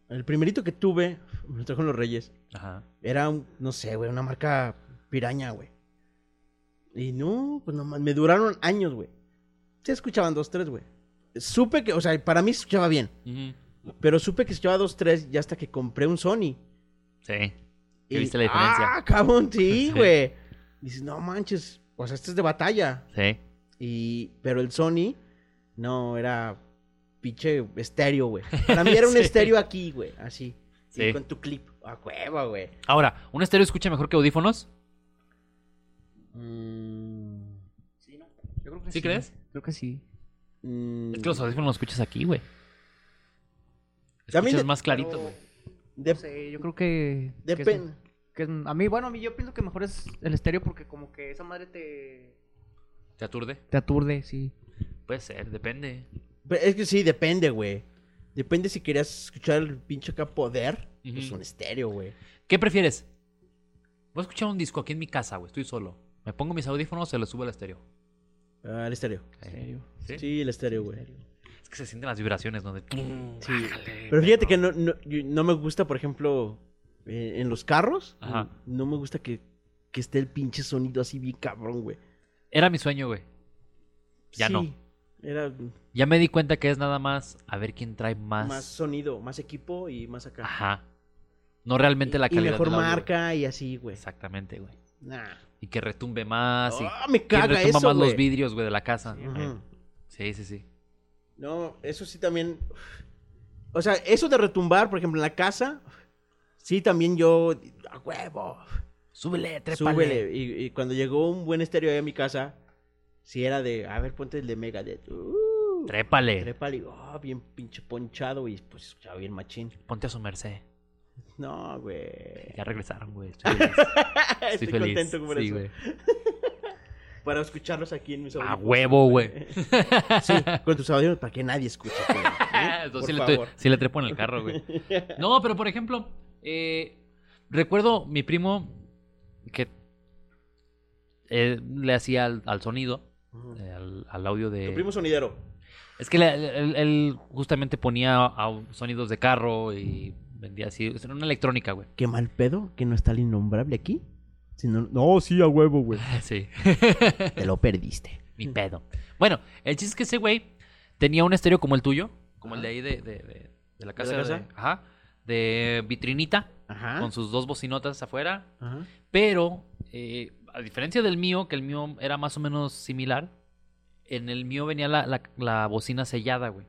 Speaker 1: el primerito que tuve, me lo trajo en los Reyes,
Speaker 2: Ajá.
Speaker 1: era, un, no sé, güey, una marca piraña, güey. Y no, pues nomás, me duraron años, güey. Se escuchaban dos, tres, güey. Supe que, o sea, para mí se escuchaba bien,
Speaker 2: Ujú.
Speaker 1: pero supe que se escuchaba dos, tres ya hasta que compré un Sony.
Speaker 2: Sí.
Speaker 1: Y
Speaker 2: ¿Ya viste la diferencia?
Speaker 1: Ah, cabrón, sí,
Speaker 2: Sí.
Speaker 1: güey. Dices, no manches, o sea, este es de batalla.
Speaker 2: Sí.
Speaker 1: Y, pero el Sony, no, era pinche estéreo, güey. Para mí era un
Speaker 2: Sí.
Speaker 1: estéreo aquí, güey, así. Y
Speaker 2: Sí.
Speaker 1: con tu clip, a cueva, güey.
Speaker 2: Ahora, ¿un estéreo escucha mejor que audífonos?
Speaker 1: Mm,
Speaker 4: Yo creo que
Speaker 2: ¿Sí crees?
Speaker 4: Creo que sí.
Speaker 1: mm,
Speaker 2: Es que los audífonos los escuchas aquí, güey.
Speaker 1: También
Speaker 2: Escuchas
Speaker 1: de-
Speaker 2: más clarito,
Speaker 4: Pero-
Speaker 2: güey.
Speaker 1: de-
Speaker 4: No sé, yo creo que. que es-
Speaker 1: depende.
Speaker 4: que es- a mí, bueno, a mí yo pienso que mejor es el estéreo porque como que esa madre te.
Speaker 2: ¿Te aturde?
Speaker 4: Te aturde, sí.
Speaker 2: Puede ser, depende.
Speaker 1: Pero Es que sí, depende, güey. Depende si querías escuchar el pinche acá poder.
Speaker 2: Ujú.
Speaker 1: Es un estéreo, güey.
Speaker 2: ¿Qué prefieres? Voy a escuchar un disco aquí en mi casa, güey. Estoy solo. Me pongo mis audífonos, se los subo al estéreo.
Speaker 1: Ah, el estéreo.
Speaker 2: ¿Sí?
Speaker 1: Sí, el estéreo, güey.
Speaker 2: Es que se sienten las vibraciones, ¿no? De...
Speaker 1: Sí. Pero fíjate que no, no, yo- no me gusta, por ejemplo, eh, en los carros.
Speaker 2: Ajá.
Speaker 1: No me gusta que, que esté el pinche sonido así bien cabrón, güey.
Speaker 2: Era mi sueño, güey. Ya
Speaker 1: Sí,
Speaker 2: no.
Speaker 1: Era
Speaker 2: Ya me di cuenta que es nada más a ver quién trae más.
Speaker 1: más sonido, más equipo y más acá.
Speaker 2: Ajá. No realmente la
Speaker 1: y
Speaker 2: calidad.
Speaker 1: mejor
Speaker 2: del audio, güey.
Speaker 1: marca y así, güey.
Speaker 2: Exactamente, güey.
Speaker 1: Nah.
Speaker 2: Y que retumbe más. y
Speaker 1: Ah, me
Speaker 2: que
Speaker 1: caga
Speaker 2: retumba
Speaker 1: eso,
Speaker 2: más
Speaker 1: güey.
Speaker 2: los vidrios, güey, de la casa.
Speaker 1: Ujú.
Speaker 2: Sí, sí, sí.
Speaker 1: No, eso sí también. O sea, eso de retumbar, por ejemplo, en la casa, sí también yo. A huevo.
Speaker 2: Súbele, trépale.
Speaker 1: Súbele. Y, y cuando llegó un buen estéreo ahí a mi casa, sí era de. A ver, ponte el de Megadeth. Uh,
Speaker 2: Trépale.
Speaker 1: Trépale. y, ah, bien pinche ponchado y pues escuchaba bien machín.
Speaker 2: Ponte a su merced.
Speaker 1: No, güey.
Speaker 2: Ya regresaron, güey. Estoy feliz.
Speaker 1: Estoy,
Speaker 2: feliz.
Speaker 1: contento por
Speaker 2: Sí,
Speaker 1: eso.
Speaker 2: güey.
Speaker 1: Para escucharlos aquí en mis
Speaker 2: A
Speaker 1: audífonos.
Speaker 2: huevo, Ah, güey.
Speaker 1: Sí, con tus audífonos para que nadie escuche. güey. ¿Eh?
Speaker 2: Ah, Entonces,
Speaker 1: Por
Speaker 2: sí, le
Speaker 1: favor.
Speaker 2: tre- sí le trepo en el carro, güey. No, pero por ejemplo, eh, recuerdo mi primo que eh, le hacía al, al sonido, eh, al, al audio de...
Speaker 1: Tu primo sonidero.
Speaker 2: Es que la- él, él justamente ponía au- sonidos de carro y vendía así. o sea, Era una electrónica, güey.
Speaker 6: Qué mal pedo que no está el innombrable aquí. Si no, no, sí, a huevo, güey.
Speaker 2: Sí.
Speaker 6: Te lo perdiste.
Speaker 2: Ni pedo. Bueno, el chiste es que ese güey tenía un estéreo como el tuyo, como el de ahí de, de- de- de la casa. Ah. de-
Speaker 1: casa?
Speaker 2: ajá. De vitrinita,
Speaker 6: Ajá.
Speaker 2: con sus dos bocinotas afuera.
Speaker 6: Ajá.
Speaker 2: Pero, eh, a diferencia del mío, que el mío era más o menos similar, en el mío venía la, la- la bocina sellada, güey.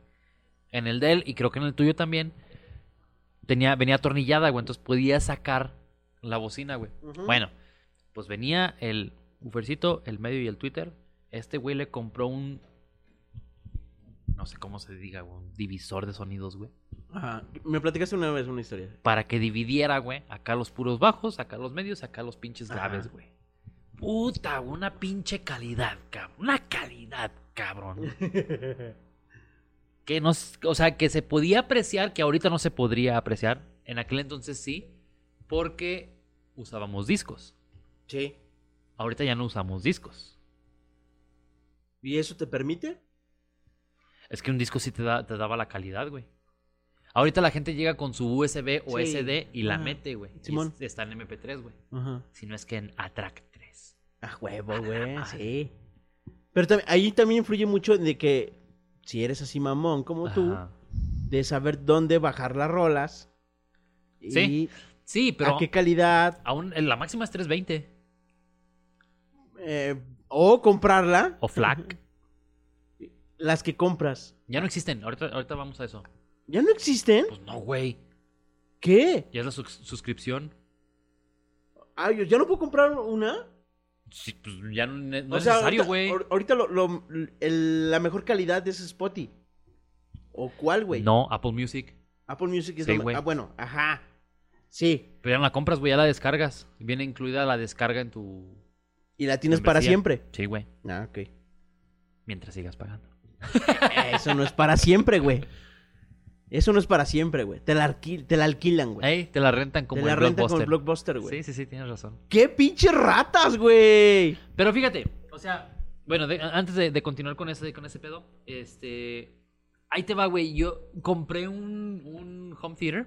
Speaker 2: En el de él, y creo que en el tuyo también, tenía, venía atornillada, güey. Entonces podía sacar la bocina, güey. Bueno, pues venía el Ufercito, el medio y el Twitter. Este güey le compró un. No sé cómo se diga, güey, un divisor de sonidos, güey.
Speaker 1: Ajá. Me platicaste una vez una historia.
Speaker 2: Para que dividiera, güey. Acá los puros bajos, acá los medios, acá los pinches
Speaker 1: Ajá.
Speaker 2: graves, güey. Puta, güey, una pinche calidad, cabrón. Una calidad, cabrón. que no, s- o sea, que se podía apreciar, que ahorita no se podría apreciar. En aquel entonces sí, porque usábamos discos.
Speaker 1: Sí.
Speaker 2: Ahorita ya no usamos discos.
Speaker 1: ¿Y eso te permite?
Speaker 2: Es que un disco sí te, da- te daba la calidad, güey. Ahorita la gente llega con su USB o
Speaker 1: Sí.
Speaker 2: SD y la
Speaker 1: Ajá.
Speaker 2: mete, güey. Y
Speaker 1: Simón.
Speaker 2: es- está en MP3, güey.
Speaker 1: Ajá.
Speaker 2: Si no es que en Attract 3.
Speaker 1: A huevo, güey, sí. Pero también- ahí también influye mucho de que si eres así mamón como tú,
Speaker 2: Ajá.
Speaker 1: de saber dónde bajar las rolas. Y
Speaker 2: Sí, Sí, pero
Speaker 1: a qué calidad.
Speaker 2: aún en la máxima es 320.
Speaker 1: eh, o comprarla.
Speaker 2: O FLAC.
Speaker 1: Las que compras.
Speaker 2: ya no existen. Ahorita, ahorita vamos a eso.
Speaker 1: ¿Ya no existen?
Speaker 2: Pues no, güey.
Speaker 1: ¿Qué?
Speaker 2: Ya es la sus- suscripción.
Speaker 1: Ah, yo ya no puedo comprar una.
Speaker 2: Sí, pues ya no, ne- no
Speaker 1: O
Speaker 2: es
Speaker 1: sea,
Speaker 2: necesario,
Speaker 1: ahorita-
Speaker 2: güey.
Speaker 1: ahor- Ahorita, lo- lo- el- la mejor calidad es Spotify. ¿O cuál, güey?
Speaker 2: No, Apple Music.
Speaker 1: Apple Music es
Speaker 2: Sí,
Speaker 1: lo me-
Speaker 2: güey.
Speaker 1: Ah, bueno, ajá. Sí.
Speaker 2: Pero ya no la compras, güey. Ya la descargas. Viene incluida la descarga en tu.
Speaker 1: Y la tienes para
Speaker 2: membresía.
Speaker 1: siempre.
Speaker 2: Sí, güey.
Speaker 1: Ah, ok.
Speaker 2: Mientras sigas pagando.
Speaker 1: Eso no es para siempre, güey. Eso no es para siempre, güey. Te la, alquil- te la alquilan, güey.
Speaker 2: Ey, te la rentan como
Speaker 1: te la
Speaker 2: en
Speaker 1: rentan con
Speaker 2: Blockbuster.
Speaker 1: el Blockbuster, güey.
Speaker 2: Sí, sí, sí, tienes razón.
Speaker 1: ¡Qué pinches ratas, güey!
Speaker 2: Pero fíjate, o sea, bueno, de- antes de, de continuar con ese, con ese pedo, este. Ahí te va, güey. Yo compré un, un home theater.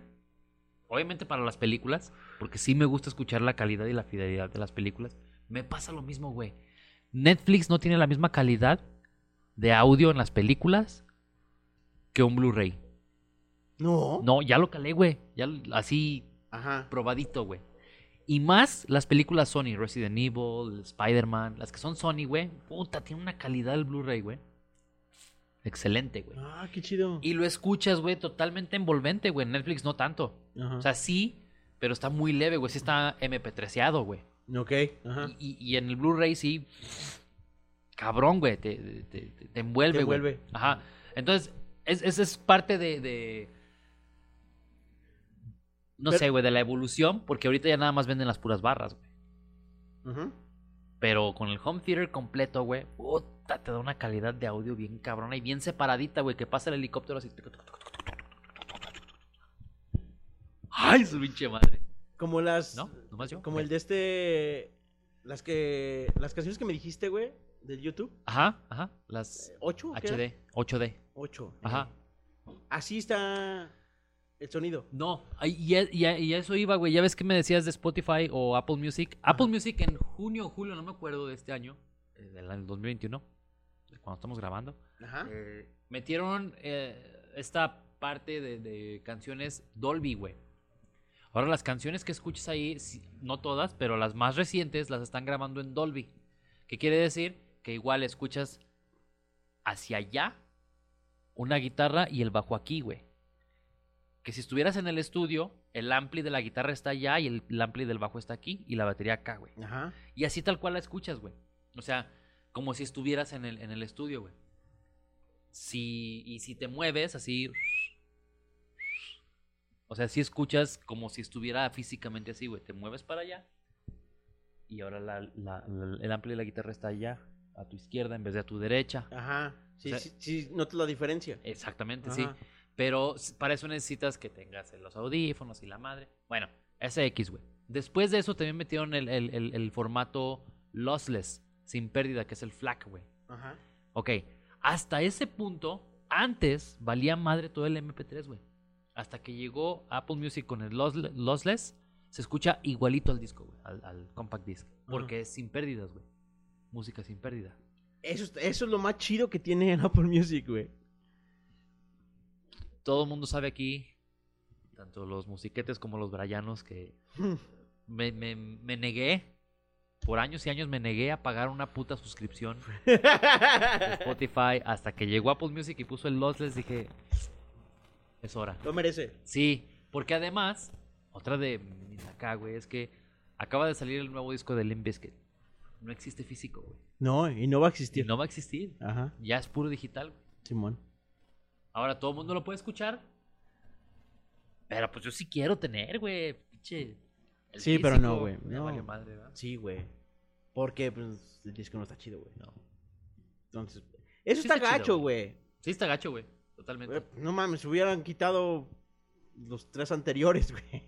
Speaker 2: Obviamente para las películas. Porque sí me gusta escuchar la calidad y la fidelidad de las películas. Me pasa lo mismo, güey. Netflix no tiene la misma calidad de audio en las películas que un Blu-ray.
Speaker 1: No.
Speaker 2: No, ya lo calé, güey. Ya lo- así
Speaker 1: Ajá.
Speaker 2: probadito, güey. Y más las películas Sony, Resident Evil, Spider-Man, las que son Sony, güey. Puta, tiene una calidad el Blu-ray, güey. Excelente, güey.
Speaker 1: Ah, qué chido.
Speaker 2: Y lo escuchas, güey, totalmente envolvente, güey. En Netflix no tanto.
Speaker 1: Ajá.
Speaker 2: O sea, sí, pero está muy leve, güey. Sí está MP3eado, güey.
Speaker 1: ok. Ajá.
Speaker 2: Y, y- y en el Blu-ray sí. Cabrón, güey. Te, te- te- te envuelve,
Speaker 1: Te
Speaker 2: güey.
Speaker 1: envuelve.
Speaker 2: Ajá. Entonces, es- esa es, parte de. de- No
Speaker 1: Pero-
Speaker 2: sé, güey, de la evolución, porque ahorita ya nada más venden las puras barras, güey.
Speaker 1: Ujú.
Speaker 2: Pero con el home theater completo, güey, puta, te da una calidad de audio bien cabrona y bien separadita, güey, que pasa el helicóptero así. tuc, tuc, tuc, tuc, tuc, tuc. ¡Ay, su pinche madre!
Speaker 1: Como las.
Speaker 2: ¿No? ¿Nomás yo?
Speaker 1: Como el de este. Las que. Las canciones que me dijiste, güey. Del YouTube.
Speaker 2: Ajá, ajá. Las
Speaker 1: ¿Ocho? o qué era?
Speaker 2: HD, 8D.
Speaker 1: Ocho.
Speaker 2: Ajá.
Speaker 1: Así está el sonido.
Speaker 2: No, ay, y, a, y a- y a eso iba, güey. Ya ves que me decías de Spotify o Apple Music. Apple Music en junio o julio, no me acuerdo de este año, eh, del año 2021, de cuando estamos grabando,
Speaker 1: Ajá.
Speaker 2: eh, metieron eh, esta parte de, de canciones Dolby, güey. Ahora las canciones que escuchas ahí, sí, no todas, pero las más recientes las están grabando en Dolby. ¿Qué quiere decir? Que igual escuchas hacia allá una guitarra y el bajo aquí, güey. Que si estuvieras en el estudio, el ampli de la guitarra está allá y el, el ampli del bajo está aquí y la batería acá, güey.
Speaker 1: Ajá.
Speaker 2: Y así tal cual la escuchas, güey. O sea, como si estuvieras en el, en el estudio, güey. Si, y si te mueves así... O sea, si escuchas como si estuviera físicamente así, güey. Te mueves para allá. Y ahora la- la- la- el amplio de la guitarra está allá, a tu izquierda en vez de a tu derecha.
Speaker 1: Ajá. Sí,
Speaker 2: O sea-
Speaker 1: sí, sí, notas la diferencia.
Speaker 2: Exactamente,
Speaker 1: Ajá.
Speaker 2: sí. Pero s- para eso necesitas que tengas los audífonos y la madre. Bueno, ese X, güey. Después de eso también metieron el, el- el- el formato lossless, sin pérdida, que es el FLAC, güey.
Speaker 1: Ajá.
Speaker 2: Ok, hasta ese punto, antes valía madre todo el MP3, güey. Hasta que llegó Apple Music con el lossle- lossless, se escucha igualito al disco, güey, al, al compact disc. Porque es sin pérdidas, güey. Música sin pérdida.
Speaker 1: Eso, es- eso es lo más chido que tiene en Apple Music, güey.
Speaker 2: Todo el mundo sabe aquí, tanto los musiquetes como los brayanos, que me, me- me negué, por años y años me negué a pagar una puta suscripción de Spotify hasta que llegó Apple Music y puso el lossless, dije, es hora.
Speaker 1: lo merece.
Speaker 2: Sí, porque además, otra de mis acá, güey, es que acaba de salir el nuevo disco de Limp Bizkit. No existe físico, güey.
Speaker 1: No, y no va a
Speaker 2: Y
Speaker 1: existir.
Speaker 2: no va a existir.
Speaker 1: Ajá,
Speaker 2: Ya es puro digital. güey.
Speaker 1: Simón.
Speaker 2: Ahora todo el mundo lo puede escuchar. Pero pues yo sí quiero tener, güey. Pinche. el
Speaker 1: Sí, pero no,
Speaker 2: físico.
Speaker 1: güey,
Speaker 2: Ya
Speaker 1: no.
Speaker 2: valió madre, ¿verdad?
Speaker 1: Sí, güey. Porque pues, el disco no está chido, güey. No. Entonces, eso está,
Speaker 2: está chido,
Speaker 1: gacho, güey.
Speaker 2: Sí, está gacho, güey. Totalmente.
Speaker 1: Eh, No mames, hubieran quitado los tres anteriores, güey.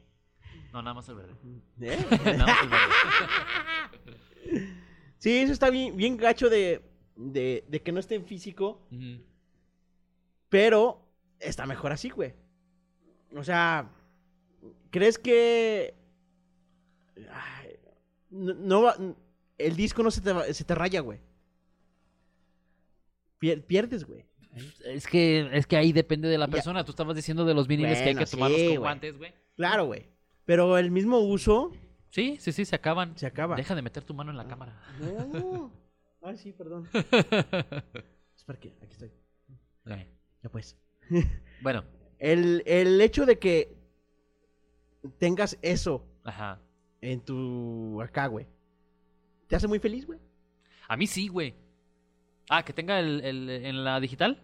Speaker 2: No, nada más el verde.
Speaker 1: ¿Eh?
Speaker 2: Nada más el verde.
Speaker 1: Sí, eso está bien, bien gacho de, de, de que no esté en físico,
Speaker 2: Ujú.
Speaker 1: pero está mejor así, güey. O sea, ¿crees que... Ay, no, no va- el disco no se te, va- se te raya, güey. Pier- pierdes, güey.
Speaker 2: Es que, es que ahí depende de la
Speaker 1: Ya.
Speaker 2: persona. Tú estabas diciendo de los viniles que hay
Speaker 1: Bueno,
Speaker 2: que tomarlos
Speaker 1: sí,
Speaker 2: con
Speaker 1: güey.
Speaker 2: guantes, güey.
Speaker 1: Claro, güey. Pero el mismo uso...
Speaker 2: Sí, sí, sí, se acaban.
Speaker 1: Se acaba. Ah.
Speaker 2: Deja de meter tu mano en la cámara.
Speaker 1: No. Oh. Ay, sí, perdón. Espera que aquí estoy.
Speaker 2: Eh,
Speaker 1: Ya pues.
Speaker 2: Bueno,
Speaker 1: El, el hecho de que tengas eso
Speaker 2: ajá.
Speaker 1: en tu acá, güey. Te hace muy feliz, güey.
Speaker 2: A mí sí, güey. Ah, que tenga el, el- en la digital,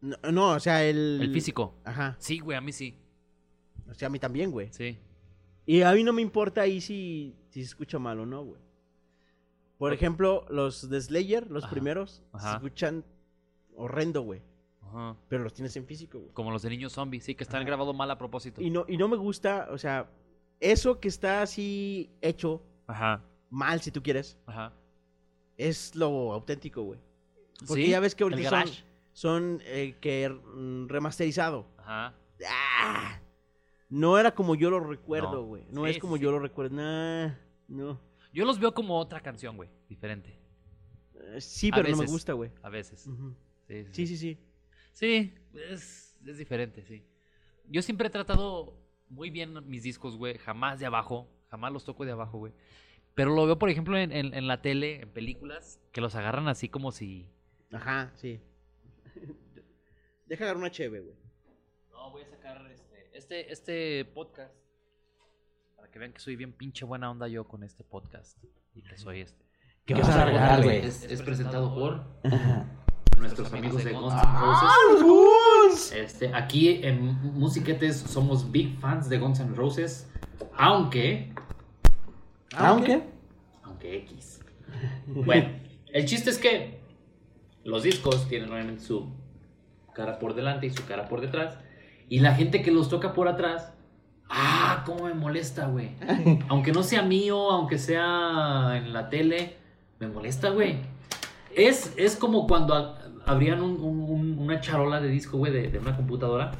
Speaker 1: No, no, o sea, el...
Speaker 2: el físico.
Speaker 1: Ajá.
Speaker 2: Sí, güey, a mí sí.
Speaker 1: O sea, a mí también, güey.
Speaker 2: Sí.
Speaker 1: Y a mí no me importa ahí si, si se escucha mal o no, güey. Por ejemplo, los de Slayer, los
Speaker 2: Ajá.
Speaker 1: primeros, se
Speaker 2: Ajá.
Speaker 1: escuchan horrendo, güey.
Speaker 2: Ajá.
Speaker 1: Pero los tienes en físico, güey.
Speaker 2: Como los de niños zombies, sí, que están grabados mal a propósito.
Speaker 1: Y no, y no me gusta, o sea, eso que está así hecho
Speaker 2: Ajá,
Speaker 1: mal, si tú quieres,
Speaker 2: ajá.
Speaker 1: es lo auténtico, güey. Porque
Speaker 2: Sí,
Speaker 1: ya ves que
Speaker 2: el
Speaker 1: ahorita son,
Speaker 2: garage.
Speaker 1: son, eh, que mm, remasterizado.
Speaker 2: Ajá.
Speaker 1: ¡Ah! No era como yo lo recuerdo,
Speaker 2: No.
Speaker 1: güey. No,
Speaker 2: Sí,
Speaker 1: es
Speaker 2: sí,
Speaker 1: como
Speaker 2: sí.
Speaker 1: yo lo recuerdo. Nah, no.
Speaker 2: Yo los veo como otra canción, güey. Diferente.
Speaker 1: Eh, Sí,
Speaker 2: A
Speaker 1: pero no me
Speaker 2: veces.
Speaker 1: gusta, güey.
Speaker 2: A veces.
Speaker 1: Ujú.
Speaker 2: Sí, sí.
Speaker 1: Sí, sí, sí.
Speaker 2: Sí, es, es diferente, sí. Yo siempre he tratado muy bien mis discos, güey. Jamás de abajo. Jamás los toco de abajo, güey. Pero lo veo, por ejemplo, en, en- en la tele, en películas, que los agarran así como si.
Speaker 1: Ajá, sí. Deja agarrar una cheve, güey.
Speaker 2: No, voy a sacar este, este, este podcast. Para que vean que soy bien pinche buena onda yo con este podcast. Y que soy este.
Speaker 7: ¿Qué vas a regalar, güey?
Speaker 2: Es, presentado por nuestros amigos de Guns N' Roses. Este, aquí en Musiquetes somos big fans de Guns N' Roses, aunque,
Speaker 1: Ah,
Speaker 7: Aunque.
Speaker 2: aunque X. Bueno, el chiste es que los discos tienen obviamente su cara por delante y su cara por detrás, y la gente que los toca por atrás, ah, cómo me molesta, güey. Aunque no sea mío, aunque sea en la tele, me molesta, güey. Es, es como cuando a- abrían un- un- un- una charola de disco, güey, de- de una computadora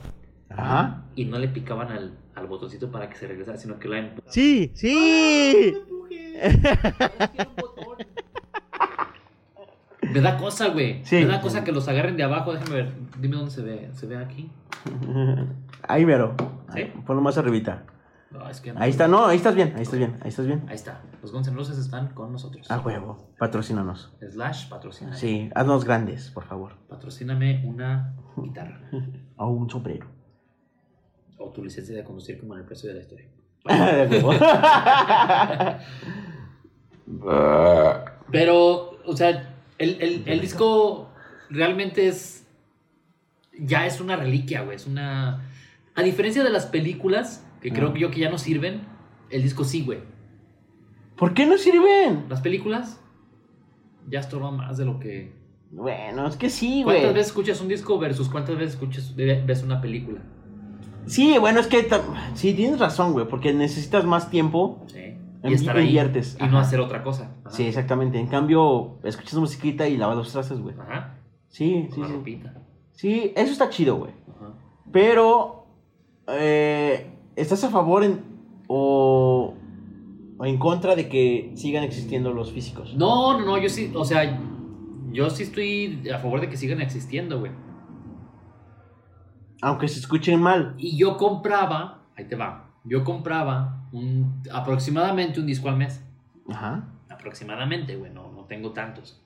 Speaker 1: Ajá.
Speaker 2: y no le picaban al, al botoncito para que se regresara, sino que la em, empu-
Speaker 1: Sí, sí.
Speaker 2: Me da cosa, güey.
Speaker 1: Sí.
Speaker 2: Me da cosa que los agarren de abajo. Déjame ver. Dime dónde se ve. ¿Se ve aquí?
Speaker 1: Ahí mero.
Speaker 2: Sí.
Speaker 1: Ponlo más arribita.
Speaker 2: No, es que no.
Speaker 1: Ahí está, no, ahí estás bien, ahí estás bien, ahí estás bien.
Speaker 2: Ahí está. Los Guns N' Roses están con nosotros.
Speaker 1: A huevo, patrocínanos.
Speaker 2: Slash patrocina.
Speaker 1: Sí, haznos grandes, por favor.
Speaker 2: Patrocíname una guitarra.
Speaker 1: O un sombrero.
Speaker 2: O tu licencia de conducir como en el precio de la historia.
Speaker 1: A huevo.
Speaker 2: Pero, o sea, el, el- el disco realmente es. Ya es una reliquia, güey. Es una. A diferencia de las películas, que creo
Speaker 1: Ah.
Speaker 2: yo que ya no sirven, el disco sí, güey.
Speaker 1: ¿Por qué no sirven?
Speaker 2: Las películas ya estorban más de lo que.
Speaker 1: Bueno, es que sí,
Speaker 2: ¿Cuántas
Speaker 1: güey.
Speaker 2: veces escuchas un disco versus cuántas veces escuchas ves una película?
Speaker 1: Sí, bueno, es que ta- sí, tienes razón, güey, porque necesitas más tiempo
Speaker 2: Sí.
Speaker 7: y estar ahí
Speaker 1: inviertes,
Speaker 7: y no
Speaker 1: ajá.
Speaker 7: hacer otra cosa. Ajá.
Speaker 1: Sí, exactamente. En cambio, escuchas musiquita y lavas los trastes, güey.
Speaker 7: Ajá.
Speaker 1: Sí, sí,
Speaker 7: Una
Speaker 1: sí.
Speaker 7: ropita.
Speaker 1: Sí, eso está chido, güey.
Speaker 7: Ajá.
Speaker 1: Pero, eh, ¿estás a favor en, o, o en contra de que sigan existiendo los físicos?
Speaker 7: No, no, no, yo sí, o sea, yo sí estoy a favor de que sigan existiendo, güey.
Speaker 1: Aunque se escuchen mal.
Speaker 7: Y yo compraba, ahí te va, yo compraba un, aproximadamente un disco al mes.
Speaker 1: Ajá.
Speaker 7: Aproximadamente, güey, no, no tengo tantos.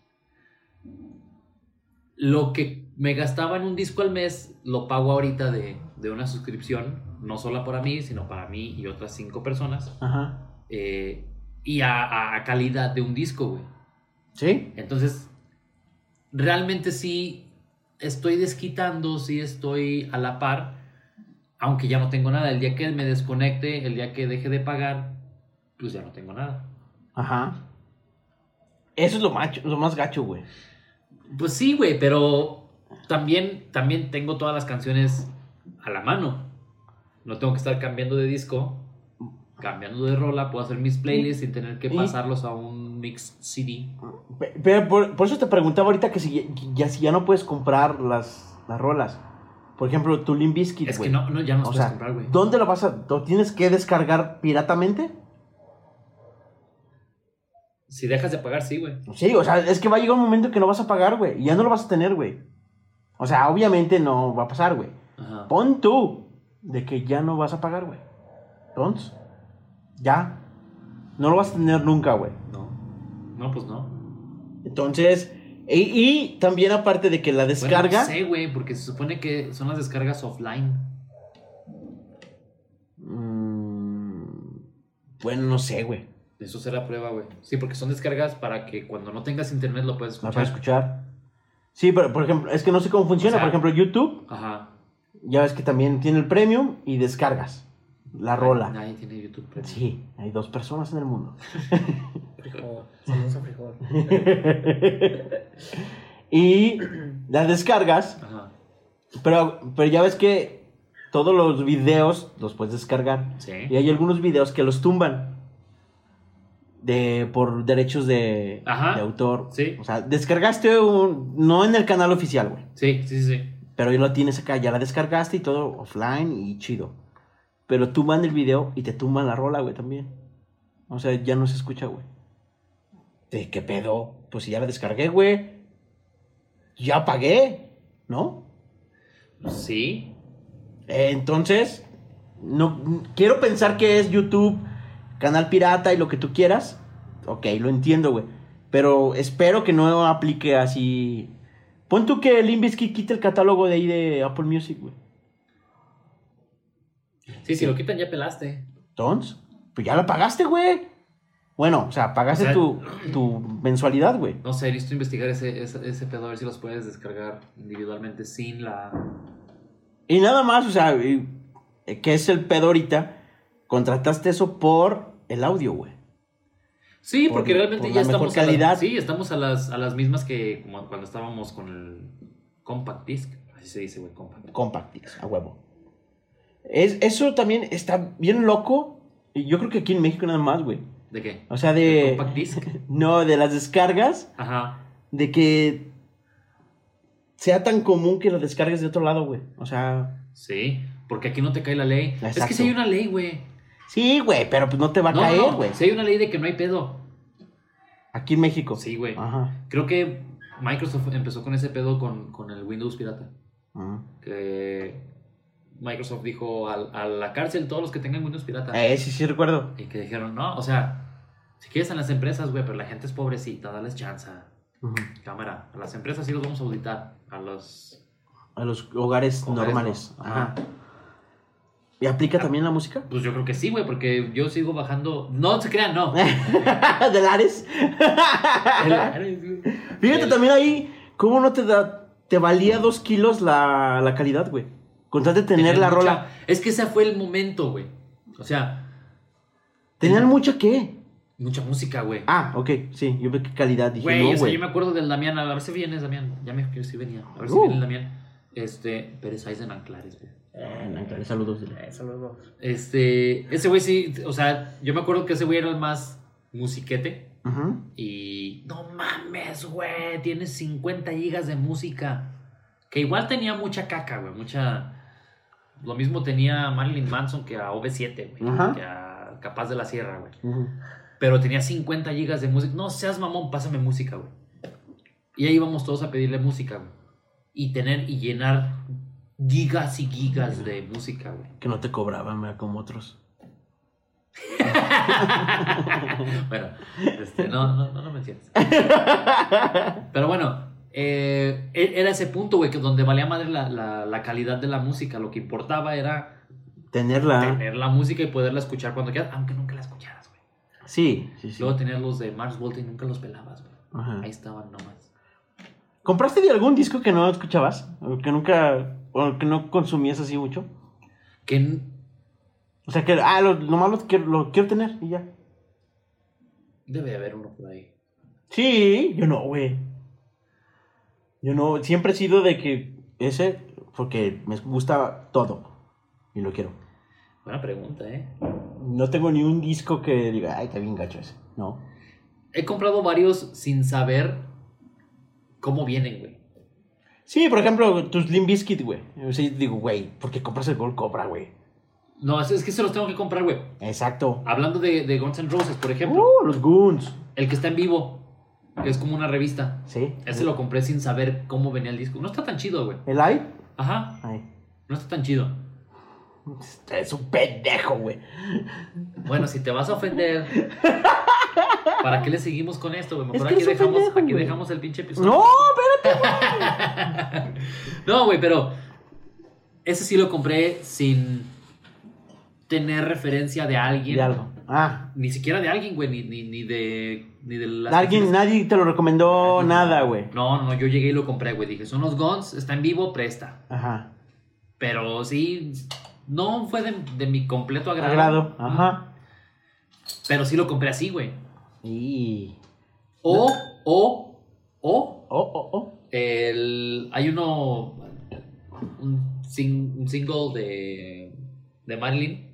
Speaker 7: Lo que me gastaba en un disco al mes, lo pago ahorita de, de una suscripción, no solo para mí, sino para mí y otras cinco personas,
Speaker 1: Ajá.
Speaker 7: eh, y a, a- a calidad de un disco, güey.
Speaker 1: ¿Sí?
Speaker 7: Entonces, realmente sí estoy desquitando, sí estoy a la par, aunque ya no tengo nada. El día que me desconecte, el día que deje de pagar, pues ya no tengo nada.
Speaker 1: Ajá. Eso es lo, macho, lo más gacho, güey.
Speaker 7: Pues sí, güey, pero también, también tengo todas las canciones a la mano. No tengo que estar cambiando de disco, cambiando de rola, puedo hacer mis playlists sin tener que
Speaker 1: y-
Speaker 7: pasarlos a un mix CD.
Speaker 1: Pe- Pero por, por eso te preguntaba ahorita que si ya, ya- si ya no puedes comprar las, las rolas. Por ejemplo, tu Limp Bizkit,
Speaker 7: Es
Speaker 1: güey.
Speaker 7: que no, no, ya no los
Speaker 1: O
Speaker 7: puedes
Speaker 1: sea,
Speaker 7: comprar, güey.
Speaker 1: ¿dónde lo vas a...? ¿Lo tienes que descargar piratamente?
Speaker 7: Si dejas de pagar, sí, güey.
Speaker 1: Sí, o sea, es que va a llegar un momento que no vas a pagar, güey. Y ya no lo vas a tener, güey. O sea, obviamente no va a pasar, güey.
Speaker 7: Ajá.
Speaker 1: Pon tú de que ya no vas a pagar, güey. Entonces, ya. No lo vas a tener nunca, güey.
Speaker 7: No. No, pues no.
Speaker 1: Entonces, y, y también aparte de que la
Speaker 7: Bueno,
Speaker 1: descarga...
Speaker 7: no sé, güey, porque se supone que son las descargas offline.
Speaker 1: mm, bueno, no sé, güey.
Speaker 7: Eso será prueba, güey. Sí, porque son descargas para que cuando no tengas internet lo puedas
Speaker 1: No
Speaker 7: escuchar.
Speaker 1: para escuchar. Sí, pero por ejemplo, es que no sé cómo funciona.
Speaker 7: O
Speaker 1: por
Speaker 7: sea-
Speaker 1: ejemplo, YouTube,
Speaker 7: Ajá.
Speaker 1: ya ves que también tiene el premium y descargas la rola.
Speaker 7: Nadie tiene YouTube Premium.
Speaker 1: Sí, hay dos personas en el mundo.
Speaker 8: Frijol. Saludos a frijol.
Speaker 1: y las descargas,
Speaker 7: Ajá.
Speaker 1: pero, pero ya ves que todos los videos los puedes descargar.
Speaker 7: Sí.
Speaker 1: Y hay algunos videos que los tumban de, por derechos de,
Speaker 7: Ajá.
Speaker 1: de autor.
Speaker 7: Sí.
Speaker 1: O sea, descargaste un... No en el canal oficial, güey.
Speaker 7: Sí, sí, sí, sí.
Speaker 1: Pero ya lo tienes acá, ya la descargaste y todo offline y chido. Pero tumban el video y te tumban la rola, güey, también. O sea, ya no se escucha, güey. ¿De qué pedo? Pues si ya la descargué, güey. Ya pagué, ¿no?
Speaker 7: Sí.
Speaker 1: Eh, entonces, no n- quiero pensar que es YouTube, canal pirata y lo que tú quieras. Ok, lo entiendo, güey. Pero espero que no aplique así. Pon tú que Limbisky quite el catálogo de ahí de Apple Music, güey.
Speaker 7: Sí, si lo quitan ya pelaste.
Speaker 1: Entonces, pues ya la pagaste, güey. Bueno, o sea, pagaste
Speaker 7: O sea-
Speaker 1: tu, tu mensualidad, güey.
Speaker 7: No sé, necesito investigar ese, ese, ese pedo a ver si los puedes descargar individualmente sin la.
Speaker 1: Y nada más, o sea, y- eh, ¿qué es el pedo ahorita? Contrataste eso por el audio, güey.
Speaker 7: Sí,
Speaker 1: Por-
Speaker 7: porque realmente
Speaker 1: por
Speaker 7: ya
Speaker 1: la mejor
Speaker 7: estamos. a la-
Speaker 1: calidad.
Speaker 7: sí, estamos a las, a las mismas que como cuando estábamos con el Compact Disc. Así se dice, güey, Compact.
Speaker 1: Compact Disc, a huevo. Es, eso también está bien loco. Y yo creo que aquí en México nada más, güey.
Speaker 7: ¿De qué?
Speaker 1: O sea,
Speaker 7: ¿De
Speaker 1: de.
Speaker 7: Compact Disc?
Speaker 1: No, de las descargas,
Speaker 7: Ajá.
Speaker 1: de que sea tan común que lo descargues de otro lado, güey. O sea.
Speaker 7: Sí, porque aquí no te cae la ley. Es
Speaker 1: Exacto.
Speaker 7: que si hay una ley, güey.
Speaker 1: Sí, güey, pero pues no te va a
Speaker 7: No,
Speaker 1: caer,
Speaker 7: no,
Speaker 1: güey.
Speaker 7: Si hay una ley de que no hay pedo.
Speaker 1: Aquí en México.
Speaker 7: Sí, güey.
Speaker 1: Ajá.
Speaker 7: Creo que Microsoft empezó con ese pedo con, con el Windows Pirata.
Speaker 1: Ajá.
Speaker 7: Que Microsoft dijo al- a, la cárcel todos los que tengan Windows Pirata.
Speaker 1: Eh, sí, sí, recuerdo.
Speaker 7: Y que dijeron, no, o sea, si quieres en las empresas, güey, pero la gente es pobrecita, dales chance.
Speaker 1: Ujú.
Speaker 7: Cámara, a las empresas sí los vamos a auditar. A los.
Speaker 1: A los hogares,
Speaker 7: Hogares,
Speaker 1: normales.
Speaker 7: ¿no?
Speaker 1: Ajá.
Speaker 7: Ajá.
Speaker 1: ¿Y aplica también la música?
Speaker 7: Pues yo creo que sí, güey, porque yo sigo bajando. No se crean, no.
Speaker 1: ¿De Lares?
Speaker 7: El-
Speaker 1: Fíjate
Speaker 7: El-
Speaker 1: también ahí, ¿cómo no te da, te valía dos kilos la, la calidad, güey? Con tal de tener la
Speaker 7: mucha-
Speaker 1: rola.
Speaker 7: Es que ese fue el momento, güey. O sea,
Speaker 1: ¿Tenían mucha qué?
Speaker 7: mucha música, güey.
Speaker 1: Ah, ok, sí, yo vi que calidad, dije,
Speaker 7: Güey,
Speaker 1: no,
Speaker 7: o sea,
Speaker 1: güey.
Speaker 7: yo me acuerdo del Damián. A ver si vienes, Damián. Ya me escribió si venía. A ver si
Speaker 1: Uh.
Speaker 7: viene el Damián. Este, pero es Aizen Anclares, güey.
Speaker 1: Eh, saludos. dile.
Speaker 7: Este, ese güey sí, o sea, yo me acuerdo que ese güey era el más musiquete.
Speaker 1: Ajá.
Speaker 7: Y no mames, güey, tienes 50 gigas de música. Que igual tenía mucha caca, güey, mucha... Lo mismo tenía Marilyn Manson que a OV7,
Speaker 1: Ajá.
Speaker 7: güey, que a Capaz de la Sierra, güey. Pero tenía 50 gigas de música. No seas mamón, pásame música, güey. Y ahí íbamos todos a pedirle música, güey. Y tener y llenar gigas y gigas de música, güey.
Speaker 1: Que no te cobraban, mira, como otros.
Speaker 7: bueno, este, no, no, no lo menciones. Pero bueno, eh, e- era ese punto, güey, que donde valía madre la, la- la calidad de la música. Lo que importaba era
Speaker 1: Tenerla.
Speaker 7: tener la música y poderla escuchar cuando quieras, aunque nunca la escucharas, güey.
Speaker 1: Sí, sí, sí.
Speaker 7: Luego tenías los de Mars Volta y nunca los pelabas, güey.
Speaker 1: Ajá.
Speaker 7: Ahí estaban nomás.
Speaker 1: ¿Compraste de algún disco que no escuchabas? ¿O que nunca. o que no consumías así mucho?
Speaker 7: Que n-
Speaker 1: O sea, que. Ah, lo, nomás lo quiero, lo quiero tener y ya.
Speaker 7: debe de haber uno por ahí.
Speaker 1: Sí, yo no, güey. Yo no, siempre he sido de que ese, porque me gusta todo y lo quiero.
Speaker 7: Buena pregunta, ¿eh?
Speaker 1: No tengo ni un disco que diga, ay, está bien gacho ese. No.
Speaker 7: He comprado varios sin saber cómo vienen, güey.
Speaker 1: Sí, por ejemplo, tus Slim Biscuit, güey. O sea, yo digo, güey, ¿por qué compras el Gold Cobra, güey?
Speaker 7: No, es, es que se los tengo que comprar, güey.
Speaker 1: Exacto.
Speaker 7: Hablando de, de Guns N' Roses, por ejemplo.
Speaker 1: Uh, los Goons.
Speaker 7: El que está en vivo, que es como una revista.
Speaker 1: Sí.
Speaker 7: Ese lo compré sin saber cómo venía el disco. No está tan chido, güey.
Speaker 1: ¿El I?
Speaker 7: Ajá,
Speaker 1: Ay.
Speaker 7: no está tan chido.
Speaker 1: Es un pendejo, güey.
Speaker 7: Bueno, si te vas a ofender, ¿para qué le seguimos con esto, güey?
Speaker 1: Es
Speaker 7: Mejor
Speaker 1: que
Speaker 7: aquí,
Speaker 1: eres un
Speaker 7: dejamos,
Speaker 1: pendejo,
Speaker 7: aquí
Speaker 1: güey.
Speaker 7: dejamos el pinche episodio.
Speaker 1: No, espérate.
Speaker 7: No, güey, pero ese sí lo compré sin tener referencia de alguien.
Speaker 1: Y algo. Ah.
Speaker 7: Ni siquiera de alguien, güey, ni, ni, ni de... Ni de las
Speaker 1: Alguien,
Speaker 7: canciones.
Speaker 1: nadie te lo recomendó nada, güey.
Speaker 7: No, no, yo llegué y lo compré, güey. Dije, son los Guns, está en vivo, presta.
Speaker 1: Ajá.
Speaker 7: Pero sí, no fue de, de mi completo agrado.
Speaker 1: Agrado. Ajá.
Speaker 7: Pero sí lo compré así, güey.
Speaker 1: Y.
Speaker 7: O, o, o,
Speaker 1: Oh, oh, oh.
Speaker 7: el, hay uno, un, sing- un single de, de Marilyn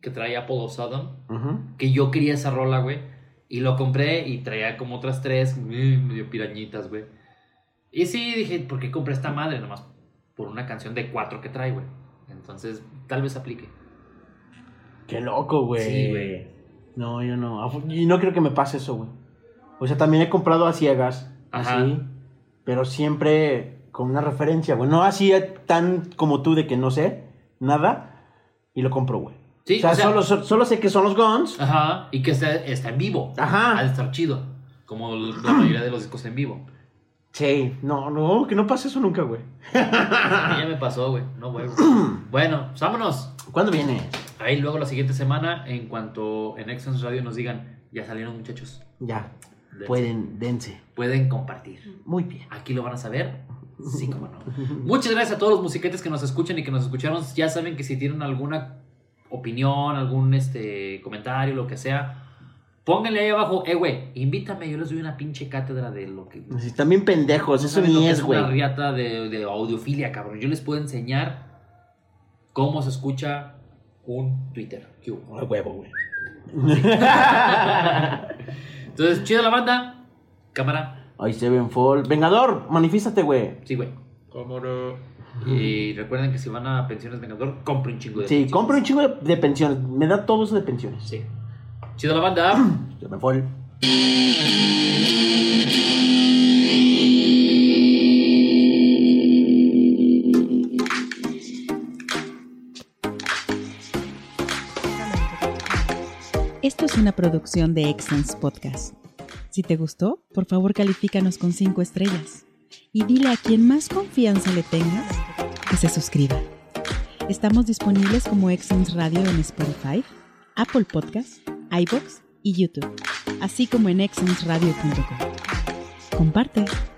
Speaker 7: que trae Apollo Sodom,
Speaker 1: Ujú.
Speaker 7: que yo quería esa rola, güey. Y lo compré y traía como otras tres, eh, medio pirañitas, güey. Y sí, dije, ¿por qué compré esta madre? Nomás por una canción de cuatro que trae, güey. Entonces, tal vez aplique.
Speaker 1: Qué loco, güey.
Speaker 7: Sí, güey.
Speaker 1: No, yo no. Afu- Y no creo que me pase eso, güey. O sea, también he comprado a ciegas.
Speaker 7: Ajá.
Speaker 1: Así. Pero siempre con una referencia, güey. No así tan como tú de que no sé nada. Y lo compro, güey.
Speaker 7: Sí,
Speaker 1: o sea,
Speaker 7: o sea-
Speaker 1: solo, so- solo sé que son los Guns.
Speaker 7: Ajá, y que está, está en vivo.
Speaker 1: Ajá.
Speaker 7: Ha de estar chido. Como la mayoría de los discos en vivo.
Speaker 1: Sí. No, no, que no pase eso nunca, güey.
Speaker 7: A mí ya me pasó, güey. No vuelvo. bueno, pues, vámonos.
Speaker 1: ¿Cuándo viene?
Speaker 7: Ahí luego la siguiente semana, en cuanto en Exxon Radio nos digan, ya salieron muchachos.
Speaker 1: Ya.
Speaker 7: Dense.
Speaker 1: Pueden, dense.
Speaker 7: Pueden compartir.
Speaker 1: Muy bien.
Speaker 7: Aquí lo van a saber. Sí, como no. Muchas gracias a todos los musiquetes que nos escuchan y que nos escucharon. Ya saben que si tienen alguna opinión, algún este comentario, lo que sea, pónganle ahí abajo, eh, güey, invítame, yo les doy una pinche cátedra de lo que
Speaker 1: Sí, también pendejos.
Speaker 7: No
Speaker 1: eso
Speaker 7: saben lo
Speaker 1: ni
Speaker 7: que
Speaker 1: es, güey.
Speaker 7: Una riata de, de audiofilia, cabrón. Yo les puedo enseñar cómo se escucha un Twitter. ¿Qué hubo?
Speaker 1: A huevo, güey.
Speaker 7: Entonces, chida la banda. Cámara.
Speaker 1: Ahí se ven fall. Vengador, manifiéstate, güey.
Speaker 7: Sí, güey.
Speaker 9: Cámara.
Speaker 7: Y recuerden que si van a pensiones Vengador, compren un chingo de
Speaker 1: Sí,
Speaker 7: pensiones.
Speaker 1: compra un chingo de, de pensiones. Me da todos de pensiones.
Speaker 7: Sí. Chida la banda.
Speaker 1: Se me fue el-
Speaker 10: Esto es una producción de Excellence Podcast. Si te gustó, por favor califícanos con 5 estrellas y dile a quien más confianza le tengas que se suscriba. Estamos disponibles como Excellence Radio en Spotify, Apple Podcasts, iBox y YouTube, así como en excellenceradio.com. Comparte.